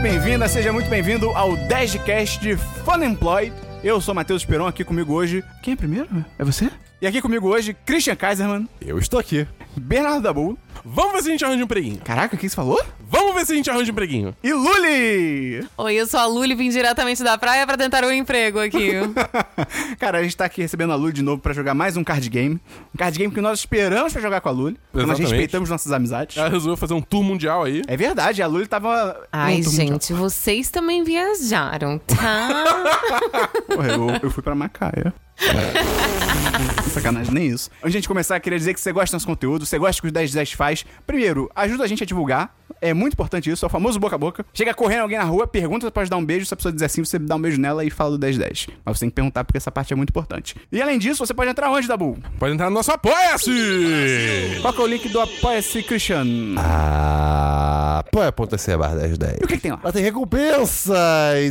bem-vinda, seja muito bem-vindo ao 10cast Fun Employed. Eu sou Matheus Esperon, aqui comigo hoje. Quem é primeiro? É você? E aqui comigo hoje, Christian Kaiserman, Eu estou aqui. Bernardo Dabu. Vamos ver se a gente arranja um preguinho. Caraca, o que você falou? Vamos ver se a gente arranja um preguinho. E Luli! Oi, eu sou a Luli, vim diretamente da praia pra tentar um emprego aqui. Cara, a gente tá aqui recebendo a Luli de novo pra jogar mais um card game. Um card game que nós esperamos pra jogar com a Luli. Então nós Exatamente. respeitamos nossas amizades. Ela resolveu fazer um tour mundial aí. É verdade, a Luli tava. Ai, Não, tô muito- gente, vocês também viajaram, tá? Porra, eu, eu fui pra Macaia. É. Sacanagem, nem isso. Antes de a gente começar, queria dizer que você gosta do nosso conteúdo, você gosta que os 10 10 faz. Primeiro, ajuda a gente a divulgar. É muito importante isso, é o famoso boca a boca. Chega correndo alguém na rua, pergunta pra dar um beijo. Se a pessoa dizer sim, você dá um beijo nela e fala do 10 10. Mas você tem que perguntar porque essa parte é muito importante. E além disso, você pode entrar onde, Dabu? Pode entrar no nosso Apoia-se! Qual que é o link do Apoia-se Christian? Ah, apoia.se barra 1010. E o que, que tem lá? Lá tem recompensas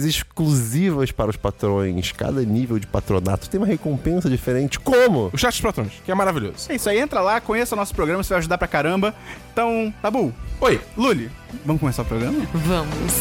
exclusivas para os patrões. Cada nível de patronato tem uma recompensa diferente. Como? O chat dos patrões, que é maravilhoso. É isso aí, entra lá, conheça o nosso programa, você vai ajudar pra caramba. Então, Dabu, Oi, Luli, vamos começar o programa? Vamos.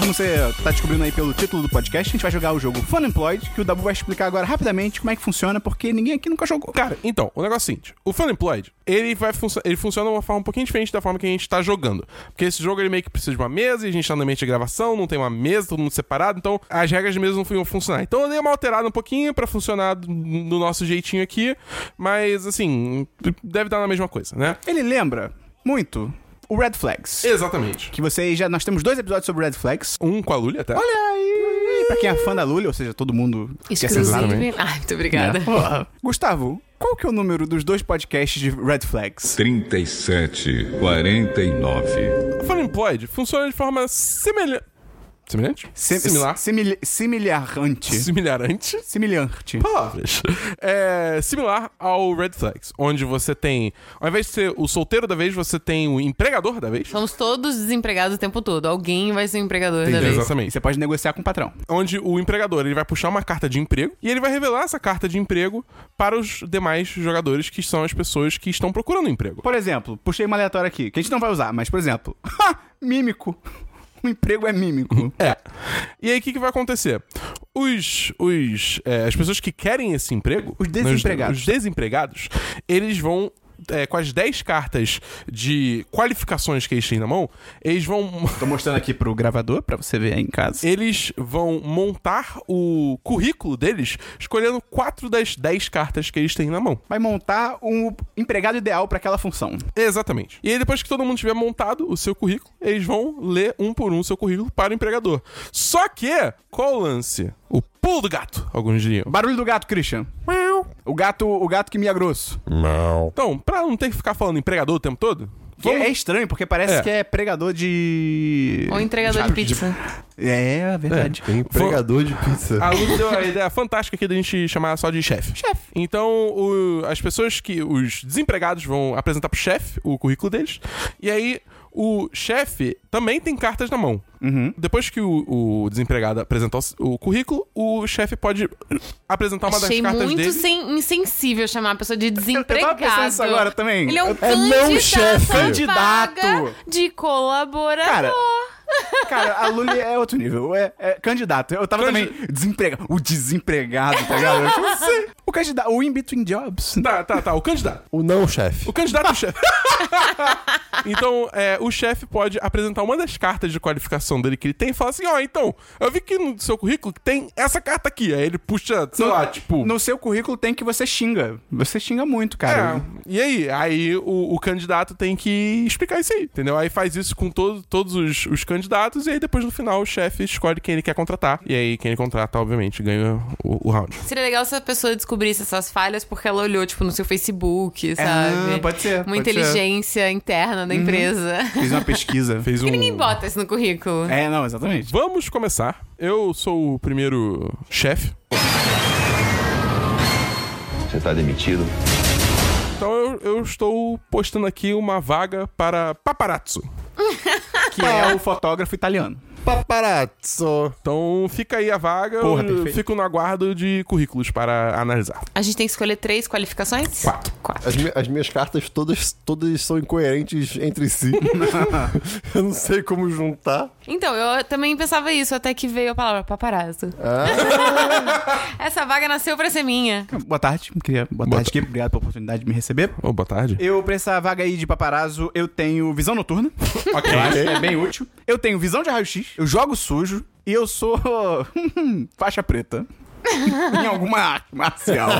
Como você tá descobrindo aí pelo título do podcast, a gente vai jogar o jogo Fun Employed, que o Dabu vai explicar agora rapidamente como é que funciona, porque ninguém aqui nunca jogou. cara, então, o negócio é o seguinte. O Fun Employed, ele, vai funcio- ele funciona de uma forma um pouquinho diferente da forma que a gente tá jogando. Porque esse jogo, ele meio que precisa de uma mesa, e a gente tá no ambiente de gravação, não tem uma mesa, todo mundo separado, então as regras de mesa não iam funcionar. Então eu dei uma alterada um pouquinho pra funcionar do, do nosso jeitinho aqui, mas, assim, deve dar na mesma coisa, né? Ele lembra muito o Red Flags. Exatamente. Que vocês já. Nós temos dois episódios sobre Red Flags. Um com a Lully até. Olha aí! Pra quem é fã da Lully, ou seja, todo mundo. que é sensato, Exclusive. Ai, muito obrigada. né? Porra. Gustavo, qual que é o número dos dois podcasts de Red Flags? 37, 49. O Fun Employed funciona de forma semelhante. Semelhante? Sem- Similar. Simil, similarante. Similarante. Similhante. Palavras. É similar ao Red Flags, onde você tem. Ao invés de ser o solteiro da vez, você tem o empregador da vez. Somos todos desempregados o tempo todo. Alguém vai ser o empregador né, da vez. E Exatamente. você pode negociar com o patrão. Onde o empregador ele vai puxar uma carta de emprego e ele vai revelar essa carta de emprego para os demais jogadores, que são as pessoas que estão procurando emprego. Por exemplo, puxei uma aleatória aqui, que a gente não vai usar, mas por exemplo, ha, mímico. O emprego é mímico. É. E aí, o que, que vai acontecer? Os, os, é, as pessoas que querem esse emprego... né, Os desempregados. Os, desempregados, eles vão... é, com as 10 cartas de qualificações que eles têm na mão, eles vão... Tô mostrando aqui pro gravador pra você ver aí em casa. Eles vão montar o currículo deles escolhendo quatro das 10 cartas que eles têm na mão. Vai montar um empregado ideal pra aquela função. Exatamente. E aí, depois que todo mundo tiver montado o seu currículo, eles vão ler um por um o seu currículo para o empregador. Só que, qual o lance? O pulo do gato, alguns diriam. Barulho do gato, Christian. O gato, o gato que mia grosso. Não. Então, pra não ter que ficar falando empregador o tempo todo, Que vamos- é estranho, porque parece É. que é pregador de. Ou um então- entregador de Sabe, pizza. É, é verdade. Tem empregador de pizza. a Lu deu a ideia fantástica aqui da gente chamar só de chefe. Chefe. Então, o- as pessoas que. Os desempregados vão apresentar pro chefe o currículo deles. E aí, o chefe também tem cartas na mão. Uhum. Depois que o, o desempregado apresentar o s- o, currículo, o chefe pode apresentar uma Achei das cartas muito dele. sem- insensível chamar a pessoa de desempregado. pensando nisso agora também. Ele é um É candidato, não chefe. à Candidato. vaga de colaborador. Cara, Cara, a Lully é outro nível. É, é candidato. Eu tava Candi- também. Desempregado. O desempregado, tá ligado? Eu não sei. O candidato. O in-between jobs. Tá, tá, tá. O candidato. O não, chefe. O candidato ao chefe. então, é, o chefe pode apresentar uma das cartas de qualificação dele que ele tem e falar assim: ó, então, eu vi que no seu currículo que tem essa carta aqui. Aí ele puxa, sei ah, lá, tipo. No seu currículo tem que você xinga. Você xinga muito, É, cara. e aí? Aí o, o candidato tem que explicar isso aí, entendeu? Aí faz isso com todo- todos os, os candidatos e aí depois no final o chefe escolhe quem ele quer contratar. E aí quem ele contrata, obviamente, ganha o, o round. Seria legal se a pessoa descobrisse essas falhas porque ela olhou, tipo, no seu Facebook, Ah, sabe? pode ser, Uma pode inteligência interna da empresa. Fiz uma pesquisa. É. Fez um. Porque ninguém bota isso no currículo. É, não, exatamente. Vamos começar. Eu sou o primeiro chefe. Você está demitido. Então eu, eu estou postando aqui uma vaga para paparazzo. Que é o fotógrafo italiano. Paparazzo. Então fica aí a vaga, Porra, eu perfeito. fico no aguardo de currículos para analisar. A gente tem que escolher três qualificações? Quatro. As, mi- as minhas cartas todas, todas são incoerentes entre si. eu não sei como juntar. Então, eu também pensava isso, até que veio a palavra paparazzo. Essa vaga nasceu pra ser minha. Boa tarde, queria boa, tarde aqui, obrigado pela oportunidade de me receber. Ô, boa tarde. Eu, pra essa vaga aí de paparazzo, eu tenho visão noturna. Ok. Eu acho que é bem útil. Eu tenho visão de raio-x, eu jogo sujo e eu sou faixa preta. em alguma arte marcial.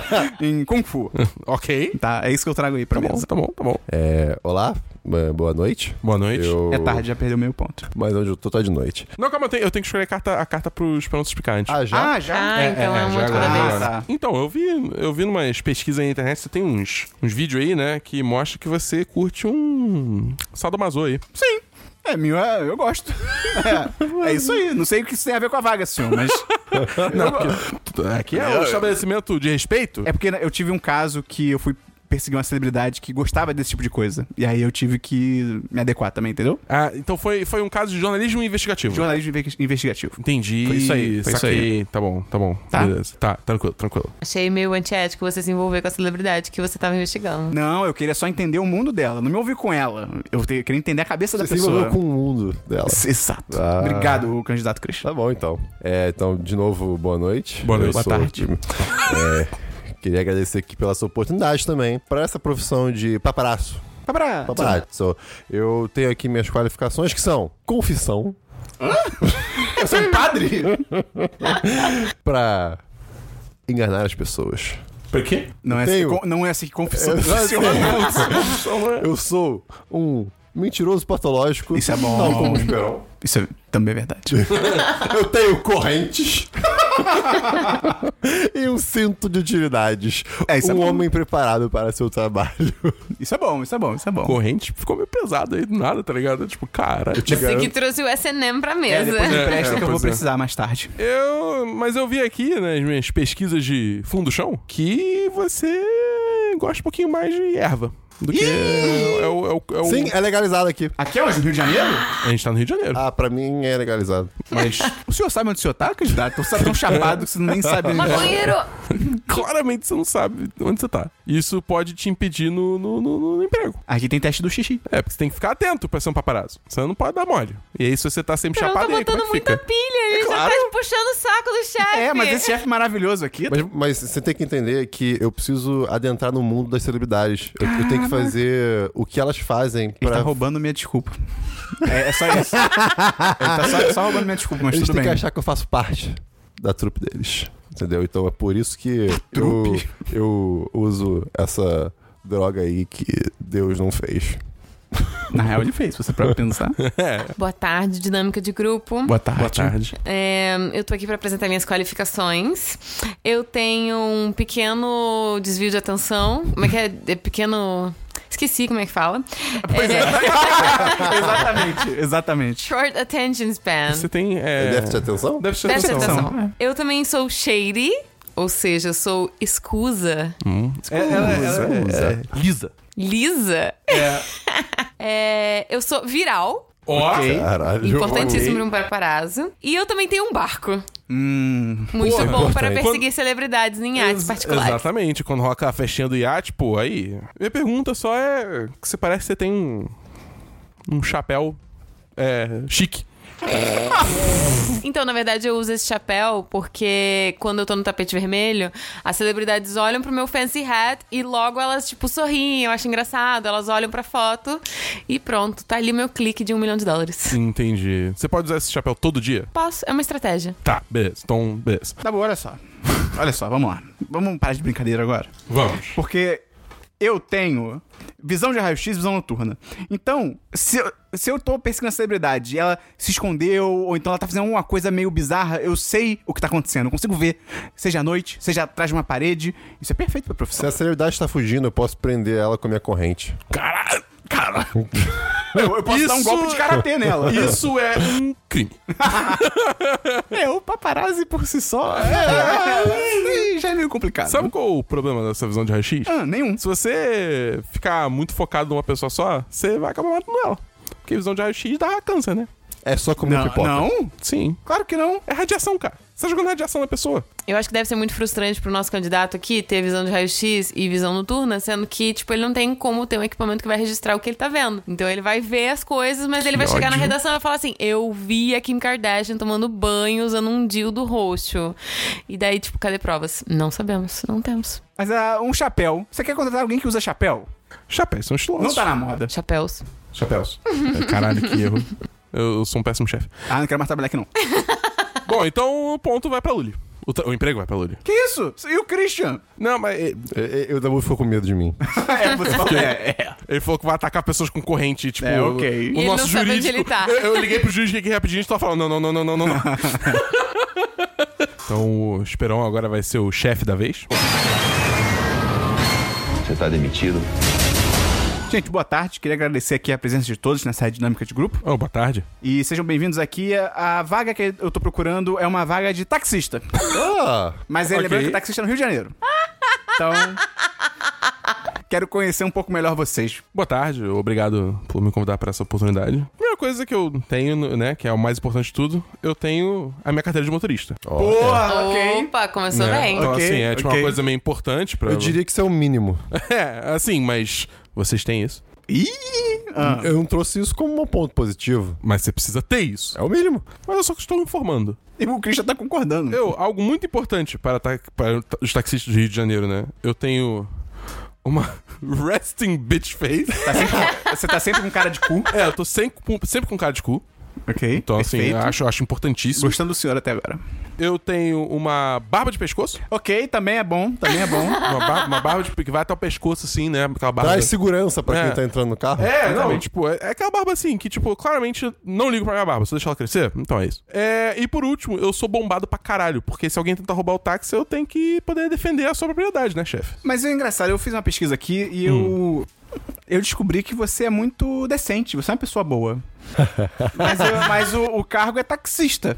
em Kung Fu. ok. Tá, é isso que eu trago aí pra Tá bom, mesa. tá bom, tá bom. É, olá, eh, boa noite. Boa noite. Eu... É tarde, já perdeu meio ponto. Mas onde eu tô, tá de noite. Não, calma, eu tenho, eu tenho que escolher a carta, a carta pros prontos picantes. Ah, já? já? Ah, então é, já muito agora, cada já vez. agora. Ah, tá. Então, eu vi, eu vi numas pesquisas aí na internet, você tem uns, uns vídeos aí, né, que mostra que você curte um sadomaso aí. Sim. É, meu, é, eu gosto. É, é isso aí. Não sei o que isso tem a ver com a vaga, senhor, mas. Não, porque aqui é um estabelecimento de respeito. É porque eu tive um caso que eu fui perseguir uma celebridade que gostava desse tipo de coisa. E aí eu tive que me adequar também, entendeu? Ah, então foi, foi um caso de jornalismo investigativo. Jornalismo inve- investigativo. Entendi. Foi isso aí, foi isso saquei. Tá bom, tá bom. Tá? Beleza. Tá, tranquilo, tranquilo. Achei meio antiético você se envolver com a celebridade que você tava investigando. Não, eu queria só entender o mundo dela. Não me ouvi com ela. Eu te- queria entender a cabeça da Você se Ah, pessoa. envolveu com o mundo dela. Exato. Ah. Obrigado, candidato Christian. Tá bom, então. É, então, de novo, boa noite. Boa noite. Eu Boa tarde. É, queria agradecer aqui pela sua oportunidade também. Pra essa profissão de paparazzo. Pra... Paparazzo. Eu tenho aqui minhas qualificações, que são confissão Eu sou um padre? pra enganar as pessoas. Por quê? Não é, assim, Tenho. con- não é assim que confissão Eu, funciona. eu sou um mentiroso patológico. Isso é bom. Não como Esperon. Isso é- também é verdade. Eu tenho correntes. e um cinto de utilidades. É, isso é um bom. homem preparado para seu trabalho. Isso é bom, isso é bom, isso é bom. Corrente ficou meio pesado aí do nada, tá ligado? Tipo, cara. Você que trouxe o SNM pra É, mesa. depois me É, empresta é, que eu vou pois é. precisar mais tarde. Eu. Mas eu vi aqui nas minhas pesquisas de fundo chão que você gosta um pouquinho mais de erva. Do que. É, o, é, o, é o- Sim, é legalizado aqui. Aqui é onde? No Rio de Janeiro? A gente tá no Rio de Janeiro. Ah, pra mim é legalizado. Mas o senhor sabe onde o senhor tá, candidato? Você tá tão chapado que você nem sabe onde é. Maconheiro! Claramente você não sabe onde você tá. Isso pode te impedir no, no, no- no emprego. Aqui tem teste do xixi. É, porque você tem que ficar atento pra ser um paparazzo. Você não pode dar mole. E aí, se você tá sempre Carol tá chapado, aí, como é botando que muita fica? pilha, ele claro. já tá puxando o saco do chefe. É, mas esse chefe maravilhoso aqui. tá- Mas, mas você tem que entender que eu preciso adentrar no mundo das celebridades. Eu, eu tenho que fazer o que elas fazem Ele pra. tá roubando minha desculpa. É, é só isso. Ele tá só, só roubando minha desculpa, mas Eles tudo têm bem. que achar que eu faço parte da trupe deles. Entendeu? Então é por isso que eu, trupe. eu uso essa droga aí que Deus não fez. Na real, ele fez, se você pra pensar. Boa tarde, dinâmica de grupo. Boa tarde. Boa tarde. É, eu tô aqui pra apresentar minhas qualificações. Eu tenho um pequeno desvio de atenção. Como é que é? É pequeno. Esqueci como é que fala. Pois é. É, exatamente, exatamente. Short attention span. Você tem. É... Déficit de atenção? Deve ser Presta atenção. atenção. atenção, é. Eu também sou shady, ou seja, sou escusa, É, é, Lisa. lisa. É, eu sou viral. Ó. Caralho. Importantíssimo para um paparazzo. E eu também tenho um barco. Hum, Muito bom para importante. perseguir celebridades em iates Ex- particulares. Exatamente, quando roca a festinha do iate, pô, aí. Minha pergunta só é: que você parece que você tem um. um chapéu. É. chique. Então, na verdade, eu uso esse chapéu porque quando eu tô no tapete vermelho, as celebridades olham pro meu fancy hat e logo elas, tipo, sorriem, eu acho engraçado, elas olham pra foto e pronto, tá ali meu clique de um milhão de dólares. Entendi. Você pode usar esse chapéu todo dia? Posso, é uma estratégia. Tá, beleza. Então, beleza. tá bom, olha só. Olha só, vamos lá. Vamos parar de brincadeira agora. Vamos. Porque eu tenho visão de raio-x visão noturna. Então, se eu, se eu tô pesquisando a celebridade e ela se escondeu, ou então ela tá fazendo alguma coisa meio bizarra, eu sei o que tá acontecendo, eu consigo ver. Seja à noite, seja atrás de uma parede. Isso é perfeito pra Se profissão. a celebridade está fugindo, eu posso prender ela com a minha corrente. Caralho! Cara, Eu, eu posso dar um Isso- golpe de karatê nela. isso é um crime. É, o paparazzi por si só. É, é, já é meio complicado. Sabe qual é o problema dessa visão de raio-x? Ah, nenhum. Se você ficar muito focado numa pessoa só, você vai acabar matando ela. Porque visão de raio-x dá câncer, né? É só comer Não, pipoca. não? Sim. Claro que não. É radiação, cara. Você tá jogando radiação na pessoa. Eu acho que deve ser muito frustrante pro nosso candidato aqui ter visão de raio-x e visão noturna, sendo que, tipo, ele não tem como ter um equipamento que vai registrar o que ele tá vendo. Então ele vai ver as coisas, mas ele vai chegar na ódio. redação e vai falar assim: Eu vi a Kim Kardashian tomando banho usando um dildo roxo. E daí, tipo, cadê provas? Não sabemos, não temos. Mas ah, um chapéu. Você quer contratar alguém que usa chapéu? Chapéus são estilosos. Não tá na moda. Chapéus. Chapéus. um É, Caralho, que erro. Eu, eu sou um péssimo chefe. Ah, não quero mais trabalhar aqui não. Bom, então o ponto vai pra Lully. O, tra- o emprego vai pra Lully. Que isso? E o Christian? Não, mas é, É, é, Eu, o Dabu ficou com medo de mim. É, você falou. É, é. ele falou que vai atacar pessoas com corrente, tipo... É, ok. E ele O não nosso sabe onde jurídico... ele tá. Eu, eu liguei pro jurídico aqui rapidinho e tava falando, não, não, não, não, não, não, não. então o Esperão agora vai ser o chefe da vez. Você tá demitido. Gente, boa tarde. Queria agradecer aqui a presença de todos nessa dinâmica de grupo. Oh, boa tarde. E sejam bem-vindos aqui. A a vaga que eu tô procurando é uma vaga de taxista. Ah, Mas é Ok. lembrando que taxista é no Rio de Janeiro. Então. Quero conhecer um pouco melhor vocês. Boa tarde, obrigado por me convidar para essa oportunidade. A primeira coisa que eu tenho, né, que é o mais importante de tudo, eu tenho a minha carteira de motorista. Porra, Ah, ok. Opa, começou Né? bem. Então, Ok, assim, é tipo ok. uma coisa meio importante pra. eu diria que isso é o mínimo. É, assim, mas vocês têm isso. Ih! Ah. Eu não trouxe isso como um ponto positivo. Mas você precisa ter isso. É o mínimo. Mas eu só estou informando. E o Christian tá concordando. Eu, algo muito importante para, ta- para os taxistas do Rio de Janeiro, né? Eu tenho uma resting bitch face. Tá sempre- você tá sempre com cara de cu. É, eu tô sempre, com- sempre com cara de cu. Ok. Então, assim, perfeito. eu acho, acho importantíssimo. ah, Gostando do senhor até agora. Eu tenho uma barba de pescoço. Ok, também é bom, também é bom. Uma, bar- uma barba de, que vai até o pescoço, assim, né? Aquela barba. Traz segurança pra É. quem tá entrando no carro. É, não, tipo, é, é aquela barba assim, que, tipo, claramente não ligo pra minha barba, se eu deixar ela crescer, então é isso. É, e por último, eu sou bombado pra caralho, porque se alguém tentar roubar o táxi, eu tenho que poder defender a sua propriedade, né, chefe? Mas é engraçado, eu fiz uma pesquisa aqui e Hum. eu. Eu descobri que você é muito decente, você é uma pessoa boa. mas eu- mas o, o cargo é taxista.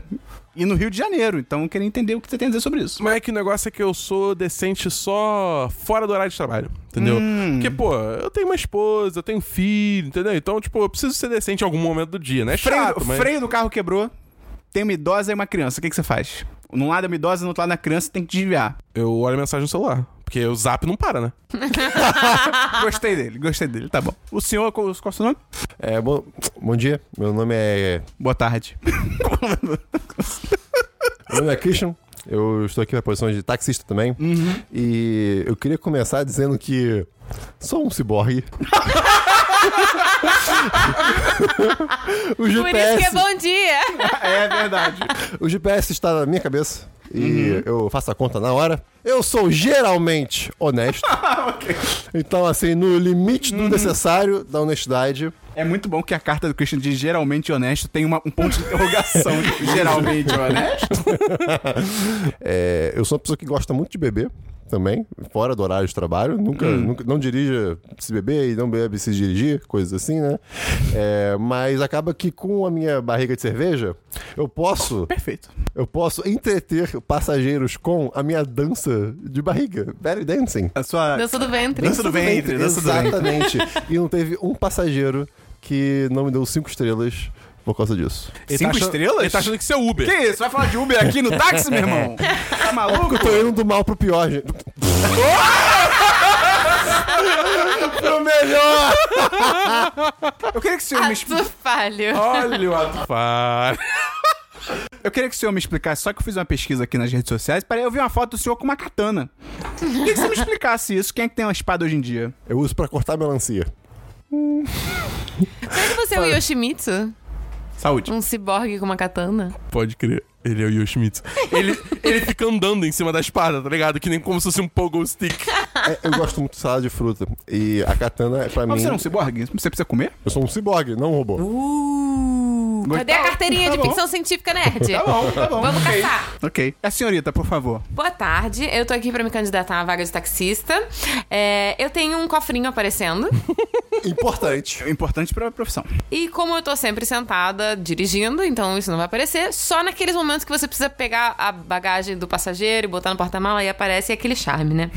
E no Rio de Janeiro, então eu queria entender o que você tem a dizer sobre isso. Mas é que o negócio é que eu sou decente só fora do horário de trabalho, entendeu? Hum. Porque, pô, eu tenho uma esposa, eu tenho um filho, entendeu? Então, tipo, eu preciso ser decente em algum momento do dia, né? É freio, chato, mas... freio do carro quebrou, tem uma idosa e uma criança. O que, que você faz? Num lado é uma idosa, no outro lado é uma criança, tem que desviar. Eu olho a mensagem no celular, porque o zap não para, né? Gostei dele, gostei dele, tá bom. O senhor, qual, qual é o seu nome? É, bom, bom dia. Meu nome é. Boa tarde. Meu nome é Christian. Eu estou aqui na posição de taxista também. Uhum. E eu queria começar dizendo que sou um ciborgue. o Por isso que é GPS, bom dia. é verdade. o GPS está na minha cabeça e eu faço a conta na hora. Eu sou geralmente honesto. Então, assim, no limite do necessário da honestidade, É muito bom que a carta do Christian de geralmente honesto tem uma- um ponto de interrogação. de geralmente honesto. É, eu sou uma pessoa que gosta muito de beber também, fora do horário de trabalho. Nunca, nunca- não dirija se beber e não bebe se dirigir, coisas assim, né? É, mas acaba que com a minha barriga de cerveja, eu posso, Perfeito. eu posso entreter passageiros com a minha dança de barriga, belly dancing. A sua. Dança do ventre. Dança do ventre, dança do ventre. Exatamente. e não teve um passageiro que não me deu cinco estrelas por causa disso. Cinco achando- estrelas? Ele tá achando que isso é Uber. É. Que isso? Vai falar de Uber aqui no táxi, meu irmão? Tá maluco? Eu tô indo do mal pro pior, gente. pro melhor! Eu queria que o Ah, senhor me expli- Ato falho. Olha o ato falho. Eu queria que o senhor me explicasse, só que eu fiz uma pesquisa aqui nas redes sociais, peraí, eu vi uma foto do senhor com uma katana. Queria que você me explicasse isso. Quem é que tem uma espada hoje em dia? Eu uso pra cortar melancia. Será que você é o Yoshimitsu? Saúde. Hum. Um ciborgue com uma katana? Pode crer. Ele é o Yoshimitsu. Ele, ele fica andando em cima da espada, tá ligado? Que nem como se fosse um pogo stick. É, eu gosto muito de salada de fruta. E a katana, é pra Mas mim. você não é um ciborgue? Você precisa comer? Eu sou um ciborgue, não um robô. Uh, cadê a carteirinha de ficção científica nerd? Tá bom, tá bom. Vamos Ok. caçar. Ok. A senhorita, por favor. Boa tarde, eu tô aqui pra me candidatar à vaga de taxista. É, eu tenho um cofrinho aparecendo. Importante. É Importante pra profissão. e como eu tô sempre sentada dirigindo, então isso não vai aparecer. Só naqueles momentos que você precisa pegar a bagagem do passageiro e botar no porta-mala e aparece aquele charme, né?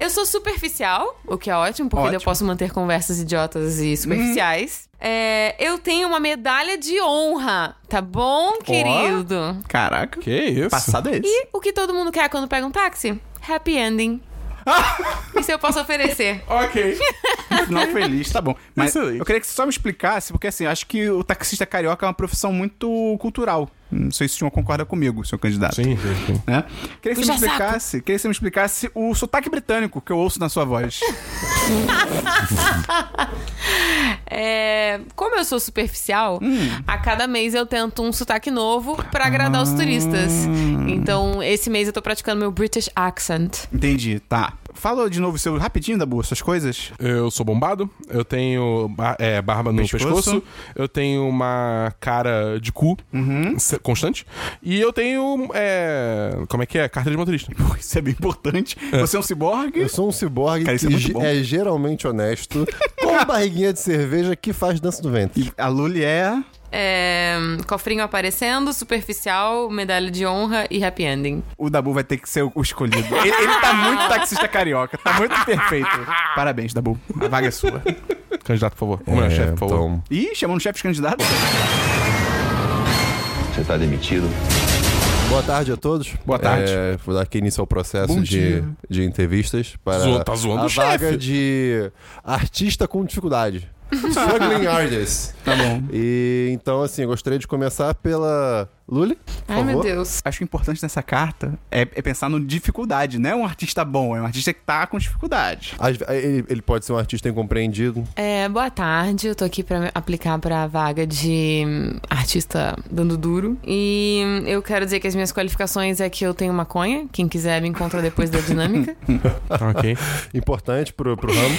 Eu sou superficial, o que é ótimo, porque Ótimo. Uhum. eu posso manter conversas idiotas e superficiais. É, eu tenho uma medalha de honra, tá bom, querido? Caraca. Que isso? Passado é esse. E o que todo mundo quer quando pega um táxi? Happy ending. Isso eu posso oferecer. Ok. Final feliz, tá bom. Mas Excelente. eu queria que você só me explicasse, porque assim, eu acho que o taxista carioca é uma profissão muito cultural. Não sei se o senhor concorda comigo, seu candidato. Sim, sim, sim. Né? Queria que você me Puxa saco. explicasse, queria que você me explicasse o sotaque britânico que eu ouço na sua voz. É, como eu sou superficial, a cada mês eu tento um sotaque novo pra agradar os turistas. Então, esse mês eu tô praticando meu British accent. Entendi, tá. Fala de novo seu rapidinho da boa, suas coisas. Eu sou bombado, eu tenho ba- é, barba no Pescoço. pescoço. eu tenho uma cara de cu Uhum. se- constante, e eu tenho. é, como é que é? Carteira de motorista. Isso é bem importante. Você é um ciborgue? Eu sou um ciborgue Cara, isso é que muito ge- bom. é, geralmente honesto, com uma barriguinha de cerveja que faz dança do ventre. A Lully é. É, cofrinho aparecendo, superficial, medalha de honra e happy ending. O Dabu vai ter que ser o escolhido. Ele, ele tá muito taxista carioca, tá muito perfeito. Parabéns, Dabu. A vaga é sua. Candidato, por favor. Ou É, melhor, chefe, por favor. então, Ih, um chamando chefes candidatos. Você está tá demitido. boa tarde a todos. Boa tarde. É, vou dar aqui início ao processo Bom de, dia. de entrevistas para Zoa- tá zoando a o chefe. vaga de artista com dificuldade. Struggling artist. Tá bom. E então, assim, eu gostaria de começar pela Lully. por Ai, meu favor. Deus. Acho que o importante nessa carta é, é pensar no dificuldade, não é um artista bom, é um artista que tá com dificuldade. Às ve- Ele, ele pode ser um artista incompreendido. É, boa tarde, eu tô aqui pra aplicar pra vaga de hum, artista dando duro. E hum, eu quero dizer que as minhas qualificações é que eu tenho maconha, quem quiser me encontra depois da dinâmica. Ok. Importante pro, pro ramo.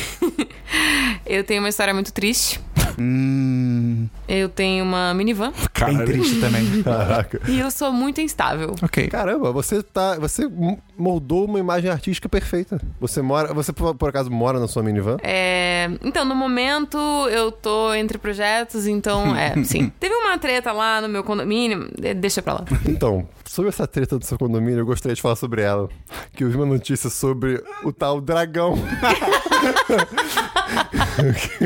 Eu tenho uma história muito triste. Hum. Eu tenho uma minivan Bem Cara, triste também. Caraca. e eu sou muito instável. ok. Caramba, você tá. Você m- moldou uma imagem artística perfeita. Você mora. Você por, por acaso mora na sua minivan? É, então, no momento eu tô entre projetos, então, é, sim. Teve uma treta lá no meu condomínio, de- deixa pra lá. Então, sobre essa treta do seu condomínio, eu gostaria de falar sobre ela. Que eu vi uma notícia sobre o tal dragão.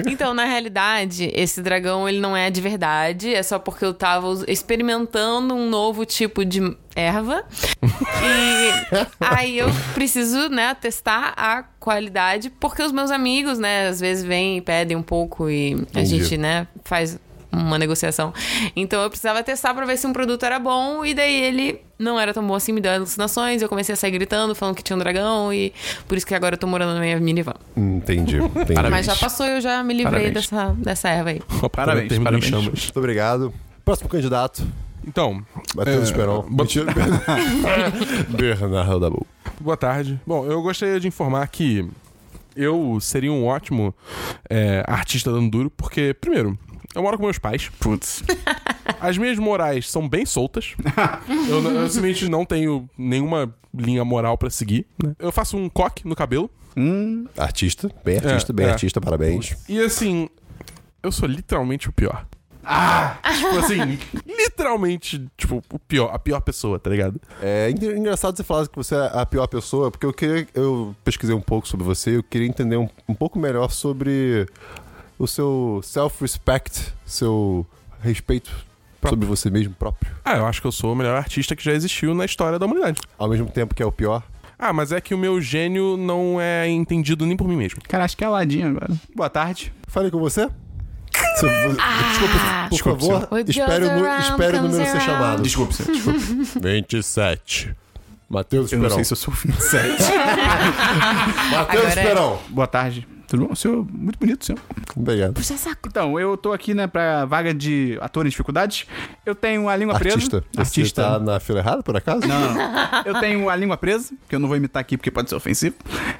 Então, na realidade, esse dragão ele não é de verdade, é só porque eu tava us- experimentando um novo tipo de erva. E aí eu preciso, né, testar a qualidade, porque os meus amigos, né, às vezes vêm e pedem um pouco e a Entendi. gente, né, faz uma negociação. Então eu precisava testar pra ver se um produto era bom e daí ele não era tão bom assim, me deu alucinações, eu comecei a sair gritando, falando que tinha um dragão e por isso que agora eu tô morando na minha minivan. Hum, Entendi. entendi. Mas já passou e eu já me livrei Parabéns. dessa, dessa erva aí. o apartamento terminou em parabéns. chamas. Muito obrigado. Próximo candidato, Então, Matheus É, Esperon. bo- Mentira. Bernardo Dabu. Boa tarde. Bom, eu gostaria de informar que eu seria um ótimo é, artista dando duro, porque, primeiro, eu moro com meus pais, Putz. as minhas morais são bem soltas, eu, n- eu simplesmente não tenho nenhuma linha moral pra seguir. né? Eu faço um coque no cabelo, Artista, bem artista, É, bem é. artista, parabéns. e assim, eu sou literalmente o pior. Ah! Tipo assim, literalmente, tipo, o pior, a pior pessoa, tá ligado? É en- engraçado você falar que você é a pior pessoa, porque eu queria. Eu pesquisei um pouco sobre você, eu queria entender um, um pouco melhor sobre o seu self-respect, seu respeito sobre você mesmo próprio. Ah, eu acho que eu sou o melhor artista que já existiu na história da humanidade. Ao mesmo tempo que é o pior. Ah, mas é que o meu gênio não é entendido nem por mim mesmo. Cara, acho que é ladinho agora. Boa tarde. Falei com você? Se- Desculpa, por Desculpa, favor, senhor. espere o, nu- What goes espere o around número comes ser chamado. around. Desculpe, senhor. Desculpe. 27. Matheus Eu não sei Esperão. se eu sou 27. Matheus Agora é- Esperão. Boa tarde. Tudo bom? Senhor, muito bonito, senhor. Obrigado. Puxa saco. Então, eu tô aqui, né, pra vaga de ator em dificuldades. Eu tenho a língua Artista. presa. Artista. Você tá na fila errada, por acaso? Não, não. Ah. Eu tenho a língua presa, que eu não vou imitar aqui porque pode ser ofensivo.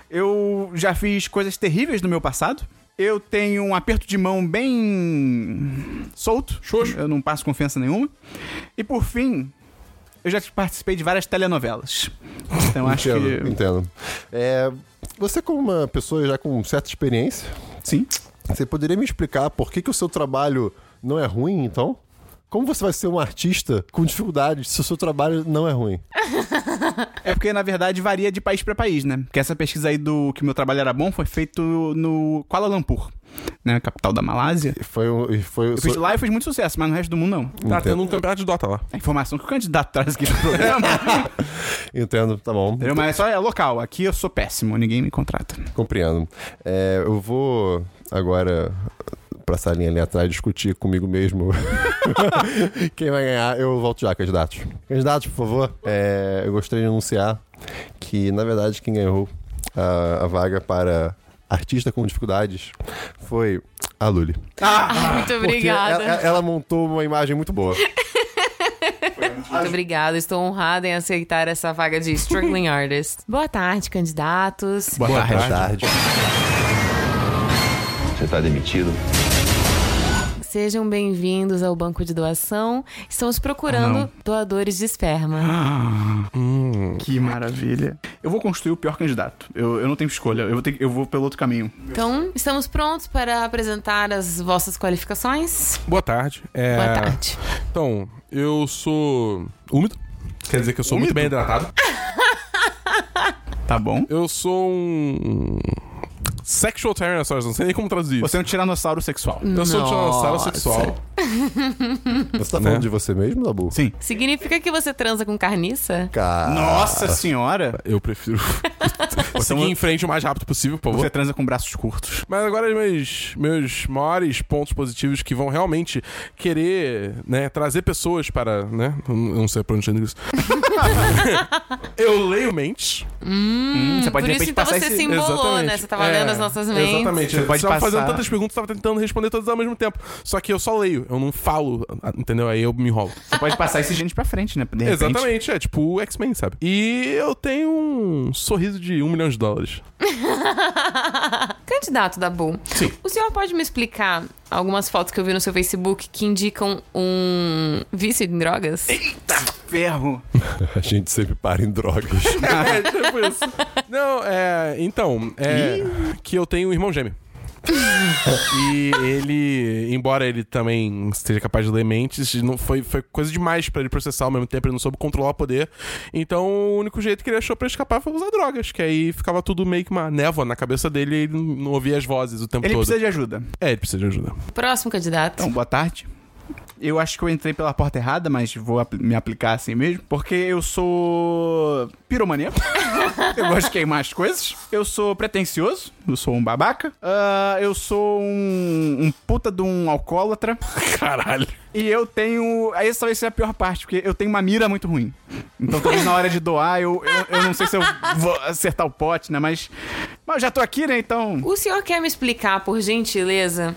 Eu já fiz coisas terríveis no meu passado. Eu tenho um aperto de mão bem solto. Xoxo. Eu não passo confiança nenhuma. E por fim, eu já participei de várias telenovelas. Então acho Entendo, que. entendo. É, você, como uma pessoa já com certa experiência, Sim. você poderia me explicar por que, que o seu trabalho não é ruim, então? Como você vai ser um artista com dificuldade se o seu trabalho não é ruim? É porque, na verdade, varia de país pra país, né? Porque essa pesquisa aí do que meu trabalho era bom foi feito no Kuala Lumpur, né? Capital da Malásia. E Foi um. e Foi, Eu fiz lá e fez muito sucesso, mas no resto do mundo não. Tá tendo um campeonato de Dota lá. A informação que o candidato traz aqui pro programa. Entendo, tá bom. entendeu? Mas só é local. Aqui eu sou péssimo, ninguém me contrata. Compreendo. É, eu vou agora pra salinha ali atrás discutir comigo mesmo quem vai ganhar. Eu volto já, candidatos. Candidatos, por favor. É, eu gostaria de anunciar que, na verdade, quem ganhou a, a vaga para artista com dificuldades foi a Lully. Ai, muito Porque obrigada. Ela, ela montou uma imagem muito boa. Muito obrigada, estou honrada em aceitar essa vaga de Struggling Artist. Boa tarde, candidatos. Boa, tarde. tarde. Você está tá demitido. Sejam bem-vindos ao banco de doação. Estamos procurando Ah, doadores de esperma. Que maravilha. Eu vou construir o pior candidato. Eu, eu não tenho escolha. Eu vou, ter, que- eu vou pelo outro caminho. Então, estamos prontos para apresentar as vossas qualificações. Boa tarde. É, Boa tarde. Então, eu sou úmido. Quer dizer que eu sou muito bem hidratado. Tá bom? Eu sou um. Sexual Tyrannosaurus, não sei nem como traduzir isso. Você é um tiranossauro sexual. Eu sou um tiranossauro Nossa. sexual. Você tá falando Né? de você mesmo, Dabu? Sim. Significa que você transa com carniça? Cara. Ah. Nossa senhora! Eu prefiro é seguir em frente o mais rápido possível, por favor. Você transa com braços curtos. Mas agora meus, meus maiores pontos positivos que vão realmente querer, né, trazer pessoas para, né, eu não eu não sei pronunciando isso. eu leio mentes. você Por isso, então, você se embolou, né? Exatamente. Você tava É, lendo as nossas mentes. Exatamente. Você Você pode pode tava fazendo passar. tantas perguntas, tava tentando responder todas ao mesmo tempo. Só que eu só leio, eu não falo, entendeu? Aí eu me enrolo. Você pode passar esse gente pra frente, né? De repente. Exatamente, é tipo o X-Men, sabe? E eu tenho um sorriso de um milhão de dólares. Candidato da Bu, o senhor pode me explicar algumas fotos que eu vi no seu Facebook que indicam um vício em drogas? Tá, Ferro. A gente sempre para em drogas. É, tipo isso. Não, é. Então, é. Que eu tenho um irmão gêmeo. e ele, embora ele também esteja capaz de ler mentes, não foi, foi coisa demais pra ele processar ao mesmo tempo, ele não soube controlar o poder. Então, o único jeito que ele achou pra escapar foi usar drogas, que aí ficava tudo meio que uma névoa na cabeça dele e ele não ouvia as vozes o tempo Ele todo. precisa de ajuda. É, ele precisa de ajuda. Próximo candidato. Então, boa tarde. Eu acho que eu entrei pela porta errada, mas vou apl- me aplicar assim mesmo. Porque eu sou piromaníaco. eu gosto de queimar as coisas. Eu sou pretencioso. Eu sou um babaca. Ah, eu sou um, um puta de um alcoólatra. Caralho. E eu tenho. aí Essa talvez seja a pior parte, porque eu tenho uma mira muito ruim. Então talvez na hora de doar, eu, eu, eu não sei se eu vou acertar o pote, né? Mas. Mas eu já tô aqui, né? Então. O senhor quer me explicar, por gentileza,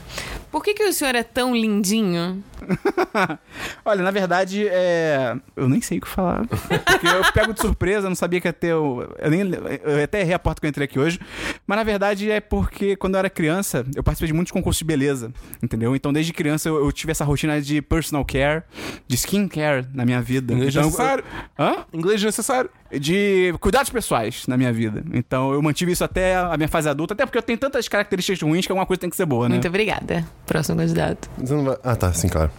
por que, que o senhor é tão lindinho? Olha, na verdade, é. Eu nem sei o que falar. Porque eu pego de surpresa, não sabia que ia ter. o- Eu, nem... eu até errei a porta que eu entrei aqui hoje. Mas na verdade é porque quando eu era criança, eu participei de muitos concursos de beleza, entendeu? Então desde criança eu, eu tive essa rotina de personal care, de skincare na minha vida. Inglês Então, eu- É necessário. Hã? Inglês necessário. de cuidados pessoais na minha vida. Então eu mantive isso até a minha fase adulta, até porque eu tenho tantas características ruins que alguma coisa tem que ser boa, né? Muito obrigada. Próximo candidato. Você não vai- Ah, tá, sim, claro.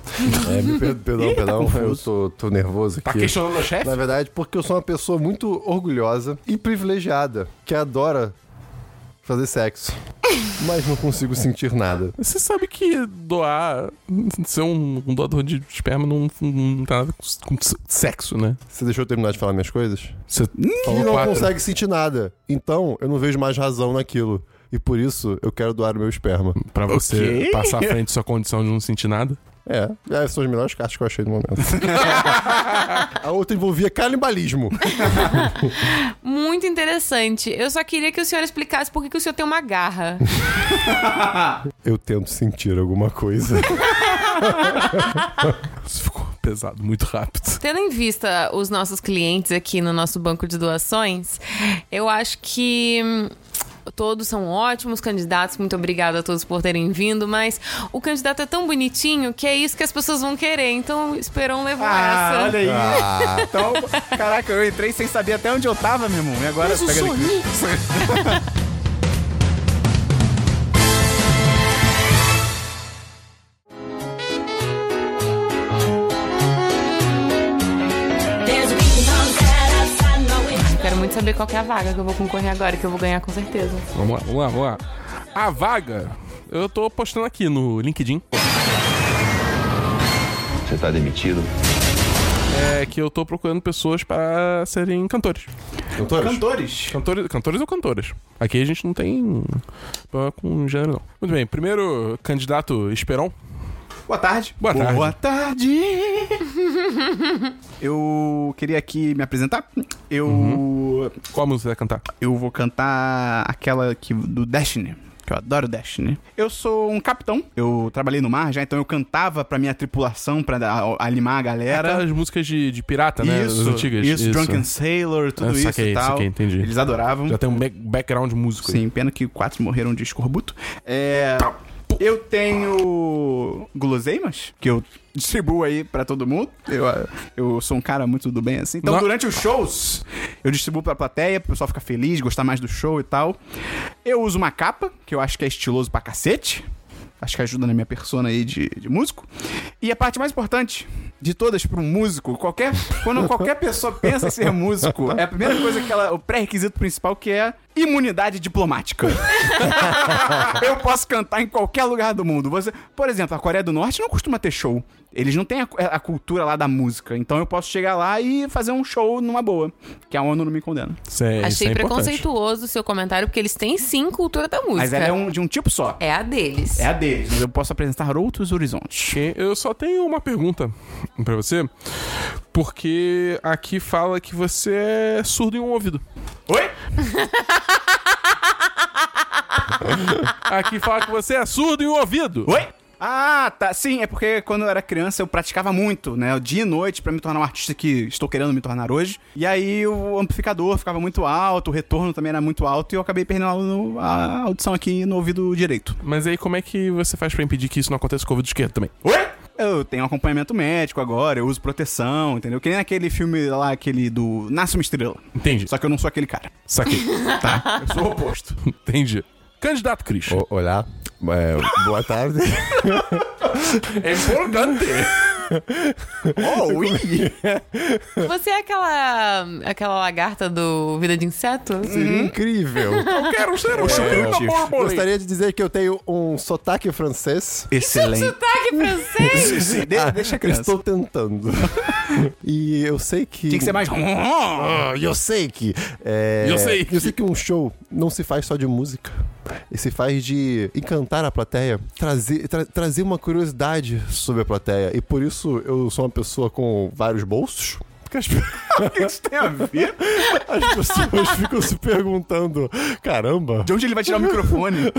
É, me per- perdão, perdão, eu tô, tô nervoso aqui. Tá questionando o chefe? Na verdade, porque eu sou uma pessoa muito orgulhosa e privilegiada, que adora fazer sexo, mas não consigo sentir nada. Você sabe que doar, ser um, um doador de esperma não, não tem nada com, com sexo, né? Você deixou eu terminar de falar minhas coisas? Você hum, E falou não quatro. consegue sentir nada. Então, eu não vejo mais razão naquilo. E por isso, eu quero doar o meu esperma. Pra você Ok. passar à frente sua condição de não sentir nada. É, essas são as melhores cartas que eu achei no momento. A outra envolvia canibalismo. Muito interessante. Eu só queria que o senhor explicasse por que, que o senhor tem uma garra. Eu tento sentir alguma coisa. Isso ficou pesado muito rápido. Tendo em vista os nossos clientes aqui no nosso banco de doações, eu acho que hum, todos são ótimos candidatos. Muito obrigada a todos por terem vindo, mas o candidato é tão bonitinho que é isso que as pessoas vão querer. Então, Esperon levou Ah, essa. olha aí. Então, caraca, eu entrei sem saber até onde eu tava, meu irmão. E agora pega ele aqui. muito saber qual que é a vaga que eu vou concorrer agora, que eu vou ganhar com certeza. Vamos lá, vamos lá, vamos lá. A vaga, eu tô postando aqui no LinkedIn, Você tá demitido. é que eu tô procurando pessoas para serem cantores. Cantores? Cantores. Cantores, cantores ou cantoras? Aqui a gente não tem problema com gênero, não. Muito bem, primeiro candidato Esperon. Boa tarde. Boa tarde. Boa tarde. eu queria aqui me apresentar. Eu Qual música você vai cantar? eu vou cantar aquela que, do Destiny. Que eu adoro Destiny. Eu sou um capitão. Eu trabalhei no mar já, então eu cantava pra minha tripulação, pra dar- animar a galera. Aquelas músicas de, de pirata, né? As antigas. isso, Drunken Sailor, tudo Ah, isso saquei, e tal. saquei, entendi. Eles adoravam. Já tem um back- background músico. aí. Tá. Sim, pena que quatro morreram de escorbuto. É, eu tenho guloseimas, que eu distribuo aí pra todo mundo. Eu, eu sou um cara muito do bem assim. Então, No- durante os shows, eu distribuo pra plateia, pro pessoal ficar feliz, gostar mais do show e tal. Eu uso uma capa, que eu acho que é estiloso pra cacete. Acho que ajuda na minha persona aí de, de músico. E a parte mais importante de todas para um músico, qualquer, quando qualquer pessoa pensa em ser músico, é a primeira coisa que ela, o pré-requisito principal que é imunidade diplomática. Eu posso cantar em qualquer lugar do mundo. Você, por exemplo, a Coreia do Norte não costuma ter show. Eles não têm a, a cultura lá da música. Então eu posso chegar lá e fazer um show numa boa, que a ONU não me condena. Isso é, isso Achei é importante. preconceituoso o seu comentário, porque eles têm sim cultura da música. Mas ela é um- de um tipo só. É a deles. É a deles. mas Eu posso apresentar outros horizontes. Ok, Eu só tenho uma pergunta pra você, porque aqui fala que você é surdo em um ouvido. Oi? Aqui fala que você é surdo em um ouvido. Oi? Ah, tá. Sim, é porque quando eu era criança eu praticava muito, né? Dia e noite pra me tornar um artista que estou querendo me tornar hoje. E aí o amplificador ficava muito alto, o retorno também era muito alto e eu acabei perdendo a a audição aqui no ouvido direito. Mas aí como é que você faz pra impedir que isso não aconteça com o ouvido esquerdo também? Oi? Eu tenho acompanhamento médico agora, eu uso proteção, entendeu? Que nem aquele filme lá, aquele do Nasce uma Estrela. Entendi. Só que eu não sou aquele cara, Saquei. tá? Eu sou o oposto. Entendi. Candidato Cris. O- olá. É, boa tarde. É importante. Oh, ui! Você é aquela, aquela lagarta do Vida de Inseto? Seria incrível. Eu quero ser o chupeta borboleta. Gostaria de dizer que eu tenho um sotaque francês. Excelente. Ah, Sotaque francês! De- deixa a criança. Estou tentando. e eu sei que. Tem que ser mais... Ah, Eu sei que. é, Eu sei. Eu sei que um show não se faz só de música. E se faz de encantar a plateia, trazer, tra- trazer uma curiosidade sobre a plateia. E por isso eu sou uma pessoa com vários bolsos. Porque as, O que isso tem a ver? as pessoas ficam se perguntando: caramba, De onde ele vai tirar o microfone?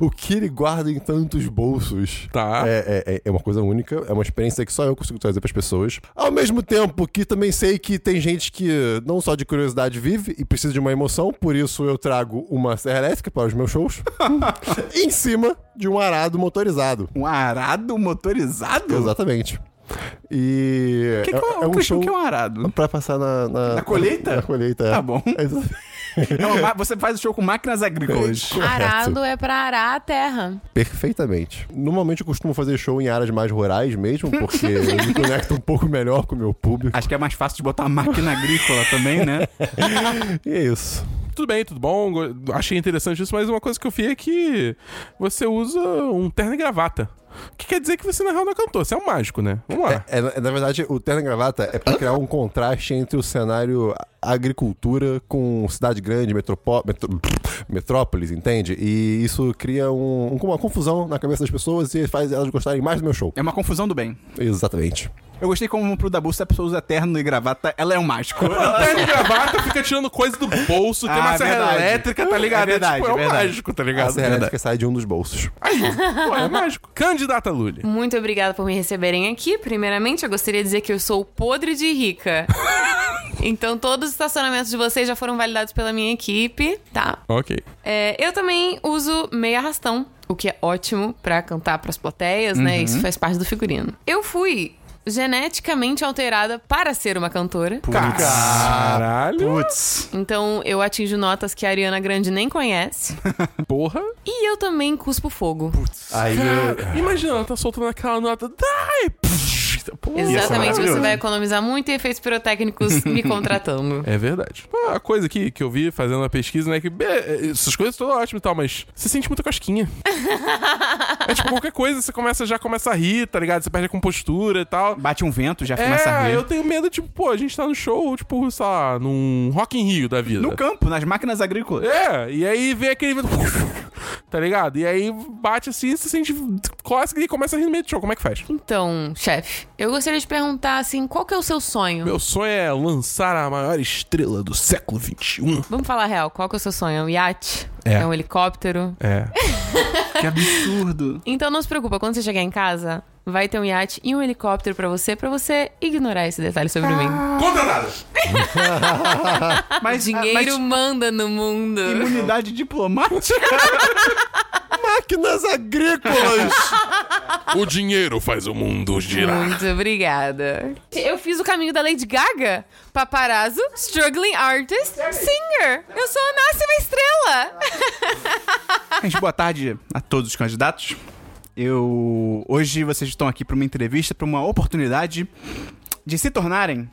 o que ele guarda em tantos bolsos? Tá. Ah. É, é- é- é uma coisa única, é uma experiência que só eu consigo trazer pras pessoas. Ao mesmo tempo que também sei que tem gente que não só de curiosidade vive e precisa de uma emoção, por isso eu trago uma serra elétrica para os meus shows em cima de um arado motorizado. Um arado motorizado? Exatamente. E. O que, que é, é, é o um Christian, show o que é um arado? pra passar na. Na, Na colheita? Na colheita. é. Tá bom. É isso- É uma ma- você faz o show com máquinas agrícolas. Arado é pra arar a terra. Perfeitamente. Normalmente eu costumo fazer show em áreas mais rurais mesmo, porque eu me conecto um pouco melhor com o meu público. Acho que é mais fácil de botar uma máquina agrícola também, né? E é isso. Tudo bem, tudo bom. go- Achei interessante isso, mas uma coisa que eu vi é que você usa um terno e gravata. O que quer dizer que você, na real, não é cantor. Você é um mágico, né? Vamos lá. É, na- na verdade, o terno e gravata é pra criar um contraste entre o cenário agricultura com cidade grande, metropó metro- metrópolis, entende? E isso cria um, um- uma confusão na cabeça das pessoas e faz elas gostarem mais do meu show. É uma confusão do bem. Exatamente. Eu gostei como pro Dabu, se a pessoa usa terno e gravata, ela é um mágico. Terno e gravata fica tirando coisa do bolso, tem uma Ah, serra verdade. elétrica, tá ligado? É verdade, tipo, é, é um verdade. mágico, tá A ligado? serra elétrica sai de um dos bolsos. Pô, é mágico. Candidata Lully. Muito obrigada por me receberem aqui. Primeiramente, eu gostaria de dizer que eu sou podre de rica. Então, todos os estacionamentos de vocês já foram validados pela minha equipe, tá? Ok. É, eu também uso meio arrastão, o que é ótimo pra cantar pras plateias, né? Uhum. Isso faz parte do figurino. Eu fui geneticamente alterada para ser uma cantora. Ah. Caralho. Putz. Então, eu atinjo notas que a Ariana Grande nem conhece. Porra. E eu também cuspo fogo. Aí. Imagina, ela tá soltando aquela nota. Dai! Psh, Pô, Exatamente, você maravilhoso. vai economizar muito em efeitos pirotécnicos me contratando. É verdade. Uma coisa aqui que eu vi fazendo a pesquisa, né? Que be- essas coisas todas ótimas e tal, mas você sente muita cosquinha. é tipo, qualquer coisa, você começa, já começa a rir, tá ligado? Você perde a compostura e tal. Bate um vento, já começa a É, rir. eu tenho medo, tipo, pô, a gente tá no show, tipo, sei lá, num Rock in Rio da vida. No campo, nas máquinas agrícolas. É, e aí vem aquele vento. Tá ligado? E aí bate assim, você sente cócega e começa a rir no meio do show. Como é que faz? Então, chefe, eu gostaria de perguntar assim, qual que é o seu sonho? Meu sonho é lançar a maior estrela do século um. XXI. Vamos falar real, qual que é o seu sonho? É um iate? É. um helicóptero? É. Que absurdo. Então não se preocupa, quando você chegar em casa, vai ter um iate e um helicóptero pra você, pra você ignorar esse detalhe sobre mim. Contratado! Ah, Mas, ah, mas Dinheiro manda no mundo. imunidade diplomática? Máquinas agrícolas! O dinheiro faz o mundo girar. Muito obrigada. Eu fiz o caminho da Lady Gaga. Paparazzo, struggling artist, singer. Eu sou a máxima estrela. Gente, boa tarde a todos os candidatos. Eu. Hoje vocês estão aqui para uma entrevista, para uma oportunidade de se tornarem